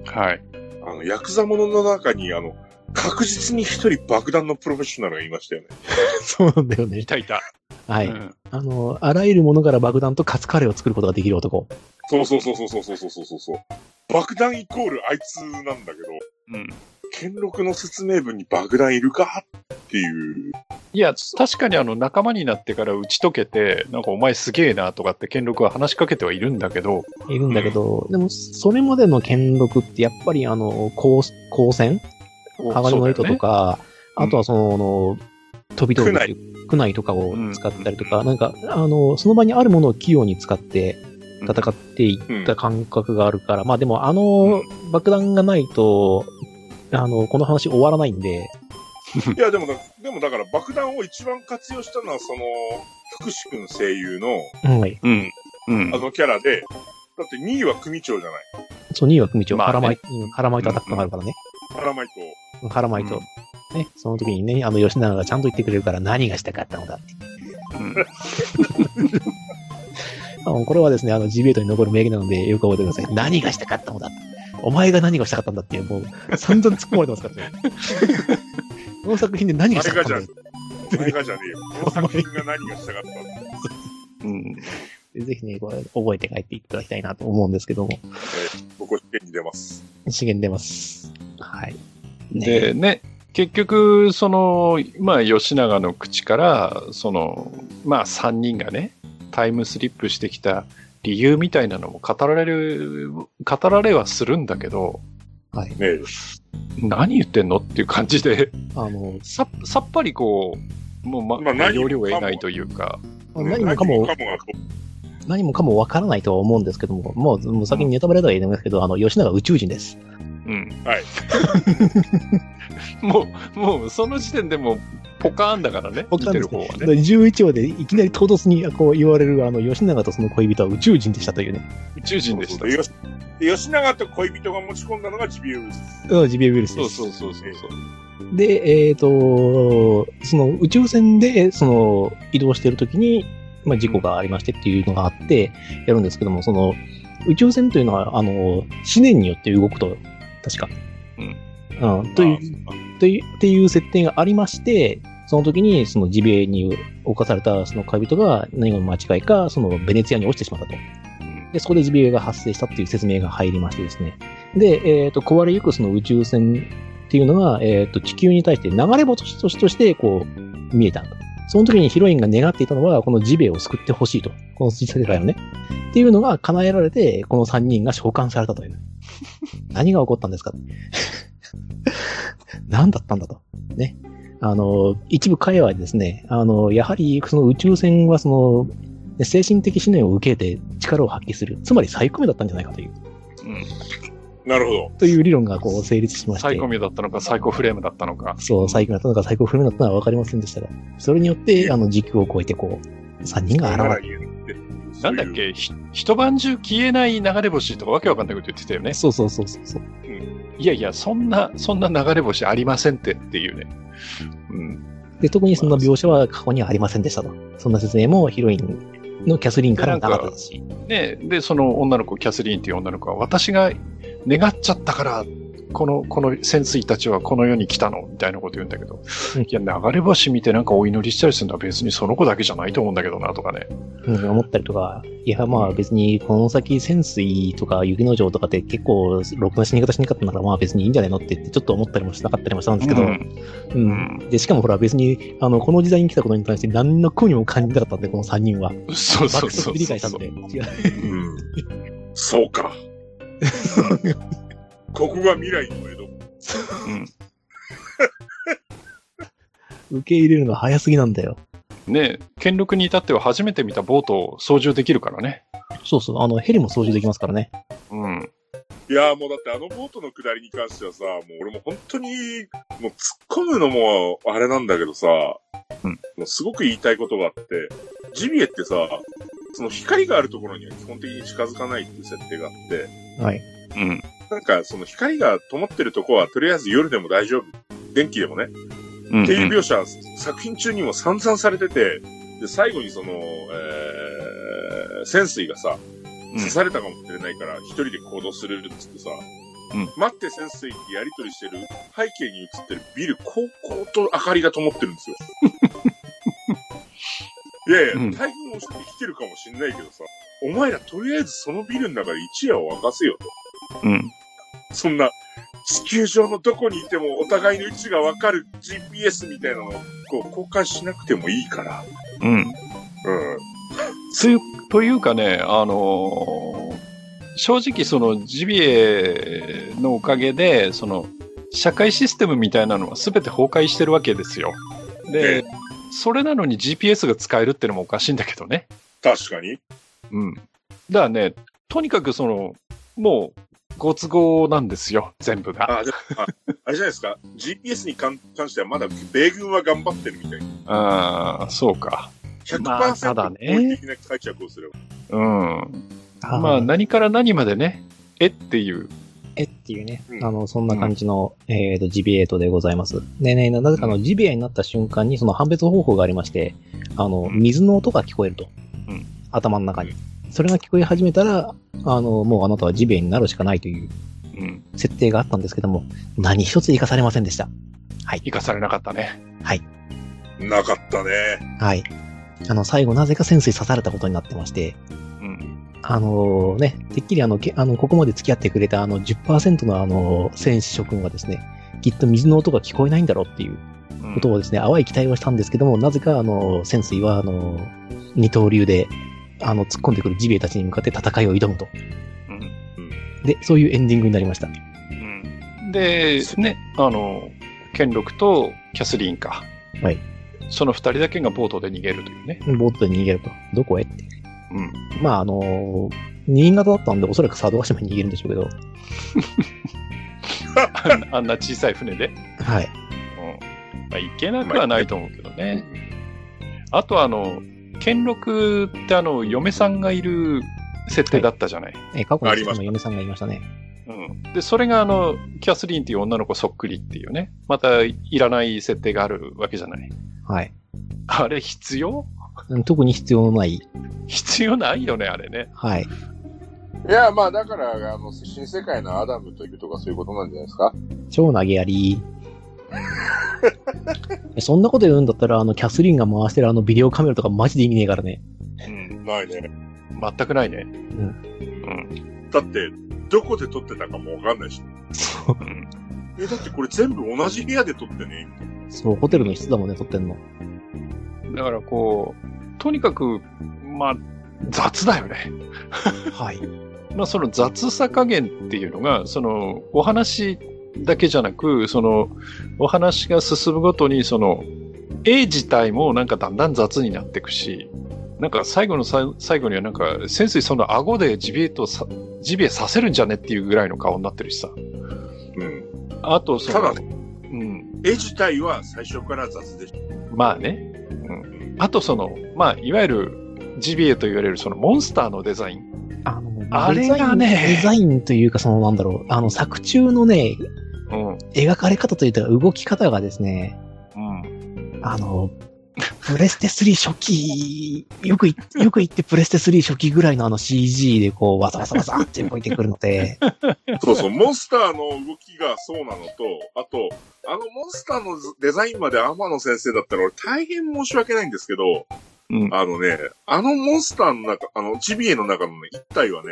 S1: はい。
S3: あの、ヤクザ者の中に、あの、確実に一人爆弾のプロフェッショナルがいましたよね。
S2: そうなんだよね
S1: い。たいた。
S2: は
S1: う
S2: い。
S1: ん
S2: あの、あらゆるものから爆弾とカツカレーを作ることができる男。
S3: そうそうそうそうそうそうそうそうそう。爆弾イコールあいつなんだけど、
S1: うん。
S3: 剣六の説明文に爆弾いるかっていう。
S1: いや、確かにあの、仲間になってから打ち解けて、なんかお前すげえなとかって、権力は話しかけてはいるんだけど、
S2: いるんだけど、でも、それまでの剣六って、やっぱり、あの、光、光線鋼の糸とか、
S1: うん
S2: あとはその、飛び道具っていう、区内とかを使ったりとか、なんか、あの、その場にあるものを器用に使って
S1: うん
S2: 戦っていった感覚があるから、まあでも、あの、爆弾がないと、あの、この話終わらないんで、
S3: いや、でもだ、でもだから爆弾を一番活用したのは、その、福士君声優の、
S2: うん、はい。
S1: そうだよね。うん。うん
S3: あ。のキャラで、だって2位は組長じゃない。
S2: そう、2位は組長、
S1: まあね
S2: 腹巻い、うん腹巻いとアタックがあるからね。
S3: 腹巻いと。
S2: 腹巻いと。ね、その時にね、あの、吉永がちゃんと言ってくれるから何がしたかったのだって。あのこれはですね、あの、ジベートに残る名言なので、よく覚えてください。何がしたかったのだお前が何がしたかったんだっていう、もう、散々突っ込まれてますからね。この作品で何がしたかったんだ
S3: お前がじゃね えよ。この作品が何がしたかったの
S1: うん。
S2: ぜひね、これ、覚えて帰っていただきたいなと思うんですけども、
S3: ここ試験に出ます。
S2: 資源出ます。はい。
S1: でね、結局、その、まあ、吉永の口から、その、まあ、3人がね、タイムスリップしてきた理由みたいなのも語られる、語られはするんだけど、
S2: はい。
S3: ねえ。
S1: 何言ってんのっていう感じで、
S2: あの、
S1: ささっぱりこう、もうま、
S3: まあ何も
S1: 要領を得ないというか、
S2: 何もかも
S3: 何、もがこ
S2: 何もかもわからないとは思うんですけども、もう、もう先にネタバレだとは言えますけど、あの、吉永宇宙人です。
S1: うん。
S3: はい。
S1: もう、もう、その時点でもう、ポカーンだからね、
S2: ポ
S1: 見
S2: カーン
S1: て
S2: で
S1: る
S2: す
S1: 方はね。
S2: 11話でいきなり唐突にこう言われる、あの、吉永とその恋人は宇宙人でしたというね。
S1: 宇宙人でした。
S3: そうそうで吉永と恋人が持ち込んだのがジビウス。
S2: うん、ジビエウイルス
S1: そ
S2: で
S1: う
S2: す。
S1: そうそうそうそう。
S2: で、えっ、と、その宇宙船で、その、移動してるときに、まあ、事故がありましてっていうのがあって、やるんですけども、その、宇宙船というのは、あの、思念によって動くと、確か。うん。という、という、っていう設定がありまして、その時に、そのジビエに侵されたその恋人が何が間違いか、そのベネツィアに落ちてしまったと。で、そこでジビエが発生したっていう説明が入りましてですね。で、えっ、と、壊れゆくその宇宙船っていうのが、えっ、と、地球に対して流れ星として、こう、見えた。その時にヒロインが願っていたのは、このジビエを救ってほしいと。この世界をね。っていうのが叶えられて、この3人が召喚されたという。何が起こったんですか何だったんだと。ね。あの、一部会話でですね、あの、やはりその宇宙船はその、ね精神的思念を受けて力を発揮する。つまり最高名だったんじゃないかという、
S1: うん
S3: なるほど。
S2: という理論がこう成立しまして。
S1: サイコミュだったのか、サイコフレームだったのか。
S2: そう、最高だったのか最高フルだったのは分かりませんでしたが、それによって、あの、時空を超えてこう、3人が現れ
S3: 言うって
S1: なんだっけ、ひ一晩中消えない流れ星とかわけわかんないこと言ってたよね
S2: て、。そうそうそうそうそう。
S1: いやいや、そんな、そんな流れ星ありませんってっていうね。うん。
S2: で、特にそんな描写は過去にはありませんでしたと。そんな説明もヒロインのキャスリーンからなかったですし。
S1: ね、で、その女の子、キャスリーンっていう女の子は、私が願っちゃったから、この、この潜水たちはこの世に来たのみたいなこと言うんだけど
S2: うん。
S1: いや、流れ星見てなんかお祈りしたりするのは別にその子だけじゃないと思うんだけどな、とかね。
S2: うん、思ったりとか、いや、まあ別にこの先潜水とか雪の城とかって結構、ろくな死に方しなかったなら、まあ別にいいんじゃないのって言ってちょっと思ったりもしなかったりもしたんですけど、
S1: う
S2: うん。
S1: んうん
S2: で、しかもほら別に、あの、この時代に来たことに対して何の苦にも感じなかったんで、この3人は。
S1: そうそ
S2: 漠
S1: うそうそ
S2: 然と
S1: う。
S2: 理解したんで。違う
S3: うん。そうか。 ここが未来の江戸。
S2: 受け入れるの早すぎなんだよ。
S1: ね、権力に至っては初めて見たボートを操縦できるからね。
S2: そうそう、あの、ヘリも操縦できますからね。
S1: うん。
S3: いやーもうだってあのボートの下りに関してはさ、もう俺も本当に、もう突っ込むのもあれなんだけどさ、
S1: うん
S3: もうすごく言いたいことがあって、ジビエってさ、その光があるところには基本的に近づかないっていう設定があって、
S2: はい。
S1: うん。
S3: なんかその光が灯ってるとこはとりあえず夜でも大丈夫。電気でもね。
S1: うん
S3: っていう描写、作品中にも散々されてて、で、最後にその、えー、潜水がさ、
S1: ん
S3: 刺されたかもしれないから、一人で行動するっつってさ、
S1: うん
S3: 待って潜水ってやりとりしてる、背景に映ってるビル、こうこうと明かりが灯ってるん ですよ。いやいや、
S1: うん
S3: 台風もして生きてるかもしんないけどさ、お前らとりあえずそのビルの中で一夜を明かせよと。
S1: うん。
S3: そんな、地球上のどこにいてもお互いの位置がわかる GPS みたいなのをこう公開しなくてもいいから。
S1: うん。
S3: うん。
S1: という、というかね、あのー正直そのジビエのおかげで、その、社会システムみたいなのは全て崩壊してるわけですよ。
S3: え
S1: で、それなのに GPS が使えるってのもおかしいんだけどね。
S3: 確かに。
S1: うん。だからね、とにかくその、もう、ご都合なんですよ、全部が。
S3: あ、でも、ああれじゃないですか。GPS に関関してはまだ米軍は頑張ってるみたいな。
S1: ああ、そうか。
S3: 100%、
S1: まあただね
S3: 合理的な解釈をすれば。
S1: うん。
S2: あー
S1: まあ何から何までね、えっていう
S2: えっていうね、
S3: うん
S2: あの、そんな感じの、えっ、と、ジビエートでございます。でね、なぜかあのジビエになった瞬間にその判別方法がありまして、あの、
S1: うん
S2: 水の音が聞こえると。
S1: うん
S2: 頭の中に。それが聞こえ始めたら、あの、もうあなたはジビエになるしかないという
S1: うん。
S2: 設定があったんですけども、何一つ活かされませんでした。
S1: 生かされなかったね。
S3: なかったね。
S2: はい。あの、最後なぜか潜水刺されたことになってまして、
S1: うん。
S2: あのね、てっきりあの、けあの、ここまで付き合ってくれたあの10%のあの、戦士諸君はですね、きっと水の音が聞こえないんだろうっていう
S1: うん
S2: ことをですね、淡い期待をしたんですけども、なぜかあの、潜水はあの、二刀流で、あの、突っ込んでくるジビエたちに向かって戦いを挑むと。
S1: うん
S2: で、そういうエンディングになりました。
S1: うんで、ね、あの、ケンロクとキャスリーンか。
S2: はい。
S1: その二人だけがボートで逃げるというね。
S2: ボートで逃げると。どこへって。
S1: うん。
S2: まあ、あの、新潟だったんで、おそらく佐渡島に逃げるんでしょうけど、
S1: あんあんな小さい船で。
S2: はい。
S1: うんまあ、いけなくはないと思うけどね。あとあの、兼六ってあの、嫁さんがいる設定だったじゃない。
S2: え過去
S3: あ
S2: に
S3: りました
S2: の嫁さんがいましたね。
S1: うん。で、それがあの、キャスリーンっていう女の子そっくりっていうね。また、いらない設定があるわけじゃない。
S2: はい。
S1: あれ必要
S2: うん特に必要のない。
S1: 必要ないよね、あれね。
S2: はい。
S3: いや、まあだから、あの、新世界のアダムというとかそういうことなんじゃないですか。
S2: 超投げやり。 そんなこと言うんだったら、あの、キャスリンが回してるあのビデオカメラとかマジで意味ねえからね。
S1: うん。
S3: ないね。
S1: 全くないね。うん。
S3: だって、どこで撮ってたかもわかんないし。
S2: そう。
S1: うん。
S3: え、だってこれ全部同じ部屋で撮ってね。
S2: そう、ホテルの一室だもんね、撮ってんの。
S1: だからこう、とにかく、まあ、雑だよね。
S2: はい。
S1: まあ、その雑さ加減っていうのが、そのお話だけじゃなく、そのお話が進むごとに、その絵自体もなんかだんだん雑になっていくし、なんか最後のさ最後にはなんか、潜水その顎でジビエとさ、ジビエさせるんじゃねっていうぐらいの顔になってるしさ。
S3: うん。
S1: あと、その、
S3: ただ
S1: うん、
S3: 絵自体は最初から雑でし
S1: まあね。うん、あとその、まあ、いわゆるジビエと言われるそのモンスターのデザイン。
S2: あの、
S1: あれがね
S2: デザインデザインというか、その、なんだろう、あの、作中のね、
S1: うん。うん。
S2: 描かれ方というか、動き方がですね、あの、プレステ3初期、よくい、よく言ってプレステ3初期ぐらいのあの CG でこう、わざわざわざって動いてくるの で、
S3: ょ。 そうそう、モンスターの動きがそうなのと、あと、あのモンスターのデザインまで天野先生だったら俺大変申し訳ないんですけど、
S1: うん。
S3: あのね、あのモンスターの中、あの、ジビエの中のね、一体はね、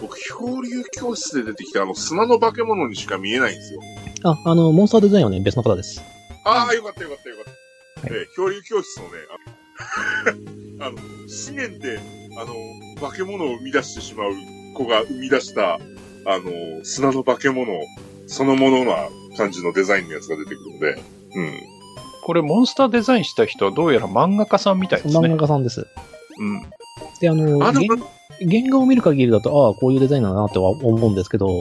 S3: 僕、漂流教室で出てきたあの砂の化け物にしか見えないんですよ。
S2: あ、あの、モンスターデザインはね、別の方です。
S3: ああ、よかったよかったよかった。えー漂流教室のね、あの、あ の資源で、あの、化け物を生み出してしまう子が生み出した、あの、砂の化け物そのものな感じのデザインのやつが出てくるので、うん。
S1: これ、モンスターデザインした人はどうやら漫画家さんみたいです
S2: 漫
S1: ね
S2: 画。家さんです。
S1: うん。
S2: で、あの、
S3: あの
S2: 原原画を見る限りだと、ああ、こういうデザインだなとは思うんですけど、
S1: う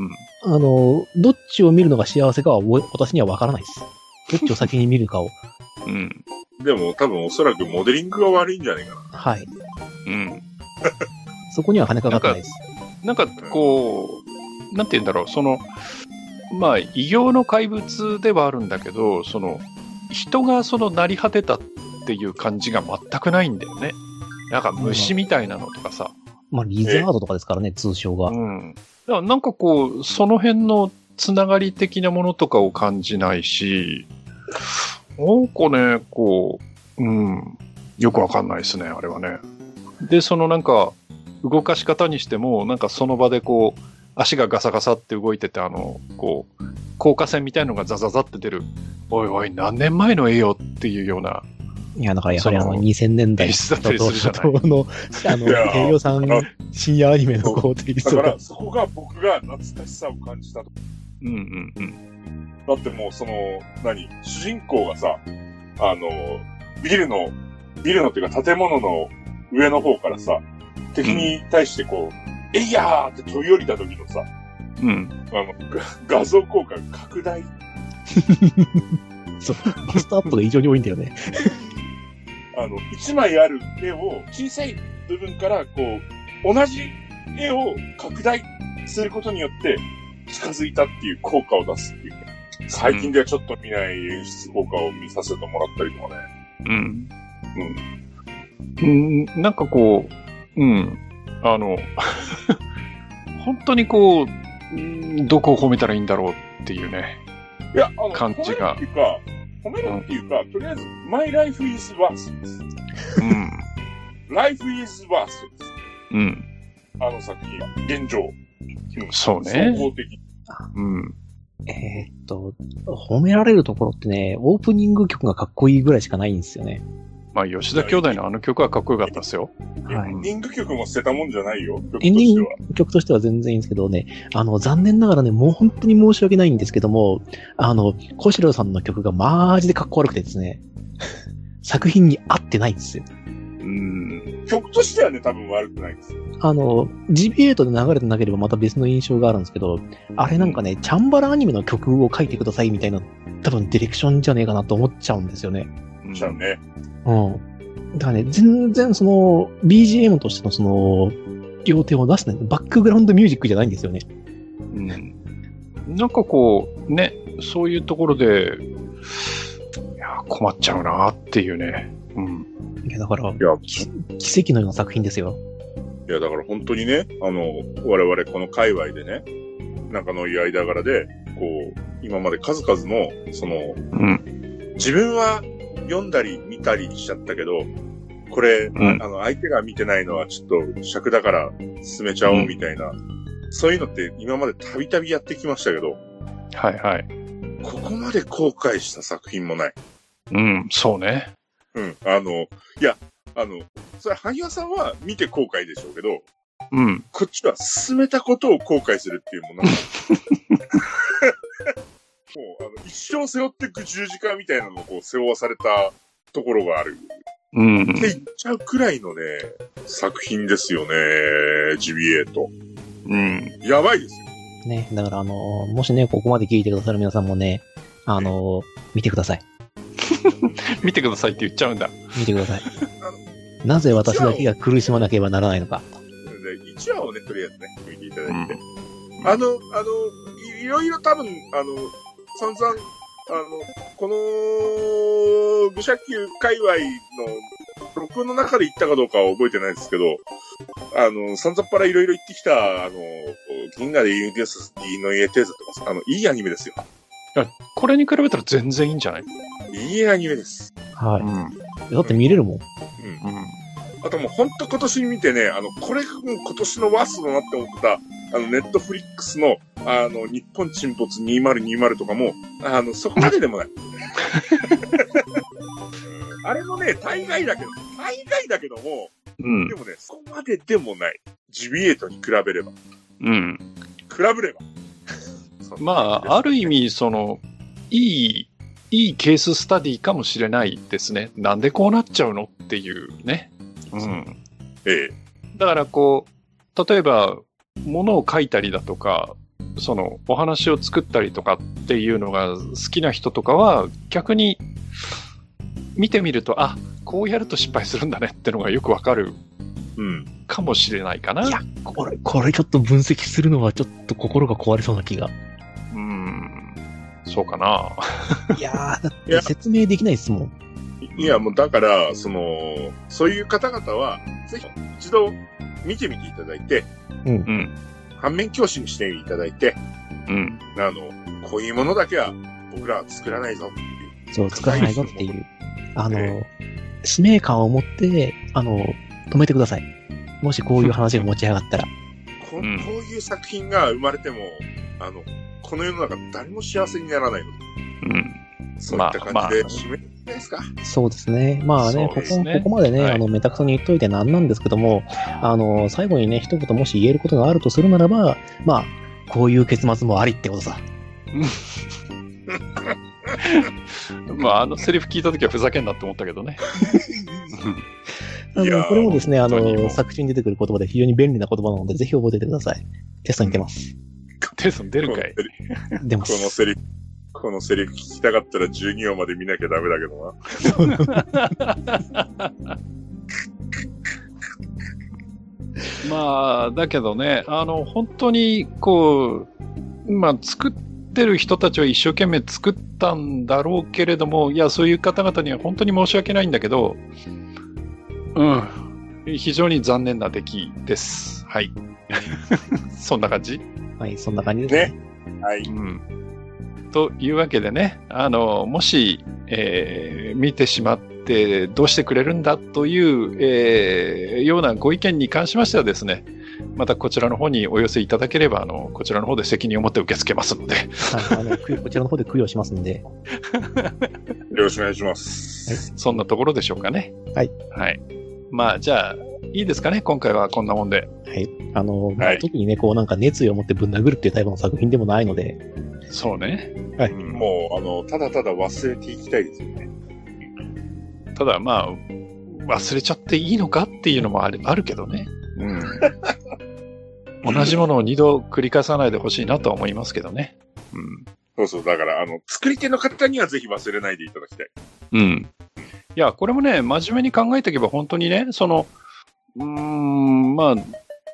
S1: ん。
S2: あの、どっちを見るのが幸せかはお私にはわからないです。どっちを先に見るかを。
S1: うん。
S3: でも多分おそらくモデリングが悪いんじゃないかな。
S2: はい。
S1: うん。
S2: そこには金かかってないです。
S1: なんか、こう、なんて言うんだろう、その、まあ、異形の怪物ではあるんだけど、その、人がその成り果てたっていう感じが全くないんだよね。なんか虫みたいなのとかさ。
S2: まあ、リザードとかですからね、通称が。
S1: うん。だからなんかこう、その辺のつながり的なものとかを感じないし、なんかね、こう、うん、よくわかんないですね、あれはね。で、そのなんか、動かし方にしても、なんかその場でこう、足がガサガサって動いてて、あの、こう、高架線みたいのがザザザって出る、おいおい、何年前の絵よっていうような、
S2: いや、だからやはりあの、
S1: その
S2: 2000年代
S1: 演出だったりするじゃない
S2: 同等の、あの、
S3: いやー
S2: 平洋さん
S3: あ
S2: 深夜アニメのこう、テイス
S3: だ
S2: ト
S3: か
S2: が
S3: ら、。そこが僕が懐かしさを感じたと。
S1: うんうんうん。
S3: だってもう、その、何、主人公がさ、あの、ビルの、ビルのっていうか建物の上の方からさ、敵に対してこう、えいやーって飛び降りた時のさ、
S1: うん。
S3: あの、 が画像効果拡大。
S2: ポストアップが異常に多いんだよね。
S3: あの、一枚ある絵を小さい部分からこう、同じ絵を拡大することによって、近づいたっていう効果を出すっていう。最近ではちょっと見ない演出効果を見させてもらったりとかね。
S1: うん。うん。うん、なんかこう、うん。あの、 本当にこう、うんどこを褒めたらいいんだろうっていうね。
S3: いや、あの、
S1: 感じが
S3: 褒めるっていうか、褒めるっていうか、とりあえず、my life is worth.
S1: うん。
S3: life is worth.
S1: うん。
S3: あの作品は、現状。
S1: そう
S3: 総
S1: ね。
S3: 合的に。
S1: うん。
S2: えーっと、褒められるところってね、オープニング曲がかっこいいぐらいしかないんですよね。
S1: まあ、吉田兄弟のあの曲はかっこよかったですよ。
S2: は
S3: エ
S2: い
S3: ン。ディング曲も捨てたもんじゃないよ。曲と
S2: エンデ
S3: し
S2: ィ
S3: て
S2: ン
S3: は。
S2: グ曲としては全然いいんですけどね、あの、残念ながらね、もう本当に申し訳ないんですけども、あの、小四郎さんの曲がマジでかっこ悪くてですね、 作品に合ってないんですよ。
S1: うん。
S3: 曲としてはね、多分悪くないですよ。
S2: あの、GBA で流れてなければまた別の印象があるんですけど、あれなんかね、チャンバラアニメの曲を書いてくださいみたいな、多分ディレクションじゃねえかなと思っちゃうんですよね。
S3: じゃあね。
S2: うん。だからね、全然その、BGM としてのその、両手を出すね、バックグラウンドミュージックじゃないんですよね。
S1: うんなんかこう、ね、そういうところで、いや、困っちゃうなっていうね。うん。
S2: いや、だから、
S3: いや、
S2: 奇跡のような作品ですよ。
S3: いや、だから本当にね、あの、我々この界隈でね、仲のいい間柄で、こう、今まで数々の、その、
S1: うん。
S3: 自分は読んだり見たりしちゃったけど、これ、
S1: うん
S3: あの、相手が見てないのはちょっと尺だから進めちゃおうみたいな、そういうのって今までたびたびやってきましたけど、
S1: はいはい。
S3: ここまで後悔した作品もない。
S1: うん、そうね。
S3: うん。あの、いや、あの、それ、萩谷さんは見て後悔でしょうけど、
S1: うん。
S3: こっちは進めたことを後悔するっていうも の。もう、あの、一生背負ってく十字架みたいなのをこう背負わされたところがある。
S1: うん
S3: っ。て言っちゃうくらいのね、作品ですよね、ジビエと。
S1: うん。
S3: やばいですよ。
S2: ね。だから、あの、もしね、ここまで聞いてくださる皆さんもね、あの、見てください。
S1: 見てくださいって言っちゃうんだ。
S2: 見てくだ さい。なぜ私だけが苦しまなければならないのか。
S3: で、1話をね、とりあえずね、見ていただ
S1: う
S3: い
S1: ん
S3: て。。あの、あの、いいろいろ多分、あの、散々、あの、この、愚者級界隈の録音の中で言ったかどうかは覚えてないですけど、あの、散々っぱらいろいろ言ってきた、あの、銀河で言うテース、言いの家テースとか、あの、いいアニメですよ。
S1: これに比べたら全然いいんじゃない
S3: いいアニメです。
S2: は
S1: ん。うん。
S2: い。だって見れるもん。
S3: うん。あともうほんと今年見てね、あの、これがもう今年のワーストだなって思った、あの、ネットフリックスの、あの、日本沈没2020とかも、あの、そこまででもない。 うんあれもね、大概だけど、大概だけども、
S1: うん
S3: で。もね、そこまででもない。ジビエートに比べれば。比
S1: うん。
S3: べれば。
S1: まあ、ある意味、その、いい、いいケーススタディかもしれないですね。なんでこうなっちゃうのっていうね。うん。
S3: え
S1: だからこう、例えば、ものを書いたりだとか、その、お話を作ったりとかっていうのが好きな人とかは、逆に、見てみると、あ、こうやると失敗するんだねってのがよくわかる
S3: え。うん。
S1: かもしれないかな。
S2: いやこれ、これちょっと分析するのはちょっと心が壊れそうな気が。
S1: うん。そうかな。
S2: いやー、だっ
S3: いや
S2: て説明できないですもん。
S3: いや、もうだから、その、そういう方々は、ぜひ一度見てみていただいて、
S1: うん。
S3: 反面教師にしていただいて、
S1: うん。
S3: あの、こういうものだけは僕らは作らないぞっていう。
S2: そう、作らないぞっていう。あの
S3: え、
S2: 使命感を持って、あの、止めてください。もしこういう話が持ち上がったら。
S3: こ,、
S1: うん
S3: こういう作品が生まれても、あの、この世の中誰も幸せにならないので、
S1: うん。
S3: そういった感じで
S1: まあまあ
S3: 締めるんじゃないですか。
S2: そうですね。まあね、
S1: そう
S2: こ
S1: です
S2: こ
S1: ね
S2: ここまでね、
S1: はい
S2: あの、めたくそに言っといてなんなんですけども、あの、最後にね、一言もし言えることがあるとするならば、まあ、こういう結末もありってことさ。
S1: まあ、あのセリフ聞いたときはふざけんなって思ったけど ね。
S2: あ
S3: いや
S2: の
S3: ー
S2: これもですね、あ
S1: 本当にもう
S2: の、作中に出てくる言葉で非常に便利な言葉なので、ぜひ覚えててください。テストに出ます。
S1: テイソン出る
S3: この
S1: か
S3: セ
S1: い
S3: リフ
S2: 出ま
S3: この
S2: す。
S3: セリフ、このセリフ聞きたかったら12話まで見なきゃダメだけどな。
S1: まあ、だけどね、あの、本当に、こう、まあ、作ってる人たちは一生懸命作ったんだろうけれども、いや、そういう方々には本当に申し訳ないんだけど、うん、非常に残念な出来です。 はい。そんな感じ
S2: はい、そんな感じですね。
S3: はい。
S1: うん。というわけでね、あの、もし、えー見てしまってどうしてくれるんだという、えーようなご意見に関しましてはですね、またこちらの方にお寄せいただければ、あの、こちらの方で責任を持って受け付けますので、
S2: はい、あの、くこちらの方で供養しますんで。
S3: よろしくお願いします。
S1: そんなところでしょうかね。
S2: はい。
S1: はい。まあ、じゃあ、いいですかね、今回はこんなもんで。
S2: はい。あの、まあ
S3: はい
S2: 特にね、こうなんか熱意を持ってぶん殴るっていうタイプの作品でもないので、
S1: そうね。
S2: はい
S1: うん
S3: もう、あの、ただただ忘れていきたいですよね。
S1: ただ、まあ、忘れちゃっていいのかっていうのもあるあるけどね。うん。同じものを二度繰り返さないでほしいなとは思いますけどね。
S3: そうそう、だから、あの、作り手の方にはぜひ忘れないでいただきたい。
S1: うん。うん。いや、これもね、真面目に考えていけば本当にね、その、うーん、まあ、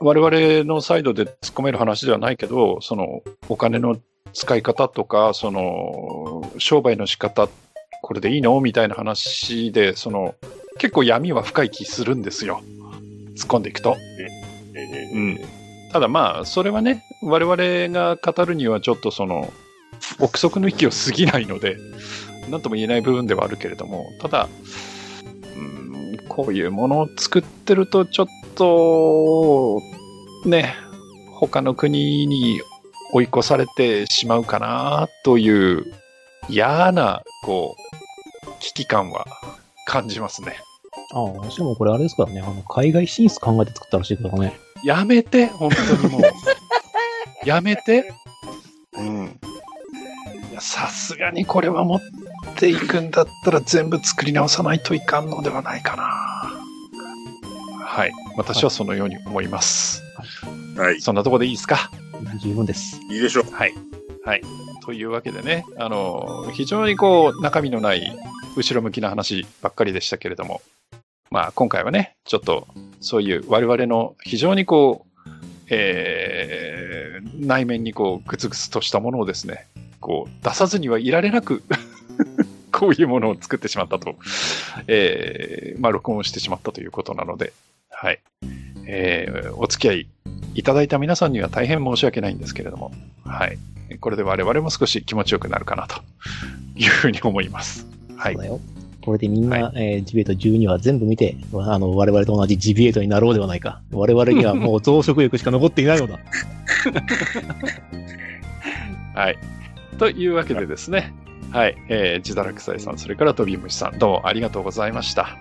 S1: 我々のサイドで突っ込める話ではないけど、その、お金の使い方とか、その、商売の仕方、これでいいのみたいな話で、その、結構闇は深い気するんですよ。突っ込んでいくと。
S3: ええ
S1: うんただまあ、それはね、我々が語るにはちょっとその、憶測の域を過ぎないので、なんとも言えない部分ではあるけれども、ただ、うん、こういうものを作ってるとちょっと、ね、他の国に追い越されてしまうかなという嫌な、こう、危機感は感じますね。
S2: ああ、しかもこれあれですからね、あの、海外進出考えて作ったらしいからね。
S1: やめて、本当にもう。やめて。うん。いや、さすがにこれは持っていくんだったら全部作り直さないといかんのではないかな。はい。私はそのように思います。
S3: はい。
S1: そんなとこでいいですか
S2: 十分です。
S3: いいでしょう。
S1: はい。はい。というわけでね、あの、非常にこう、中身のない後ろ向きな話ばっかりでしたけれども、まあ今回はね、ちょっとそういう我々の非常にこう、えー内面にこう、グツグツとしたものをですね、こう、出さずにはいられなく、 こういうものを作ってしまったと、えーまあ録音してしまったということなので、はい。えーお付き合いいただいた皆さんには大変申し訳ないんですけれども、はい。これで我々も少し気持ちよくなるかなというふうに思います。はい
S2: そう。だよ。これでみんな、えージビエート12話全部見て、あの、我々と同じジビエートになろうではないか。我々にはもう増殖欲しか残ってい ないのだ。
S1: はい。というわけでですね、はい。えー、自堕落斎さん、それから飛び虫さん、どうもありがとうございました。
S2: あ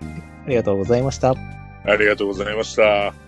S2: りがとうございました。
S3: ありがとうございました。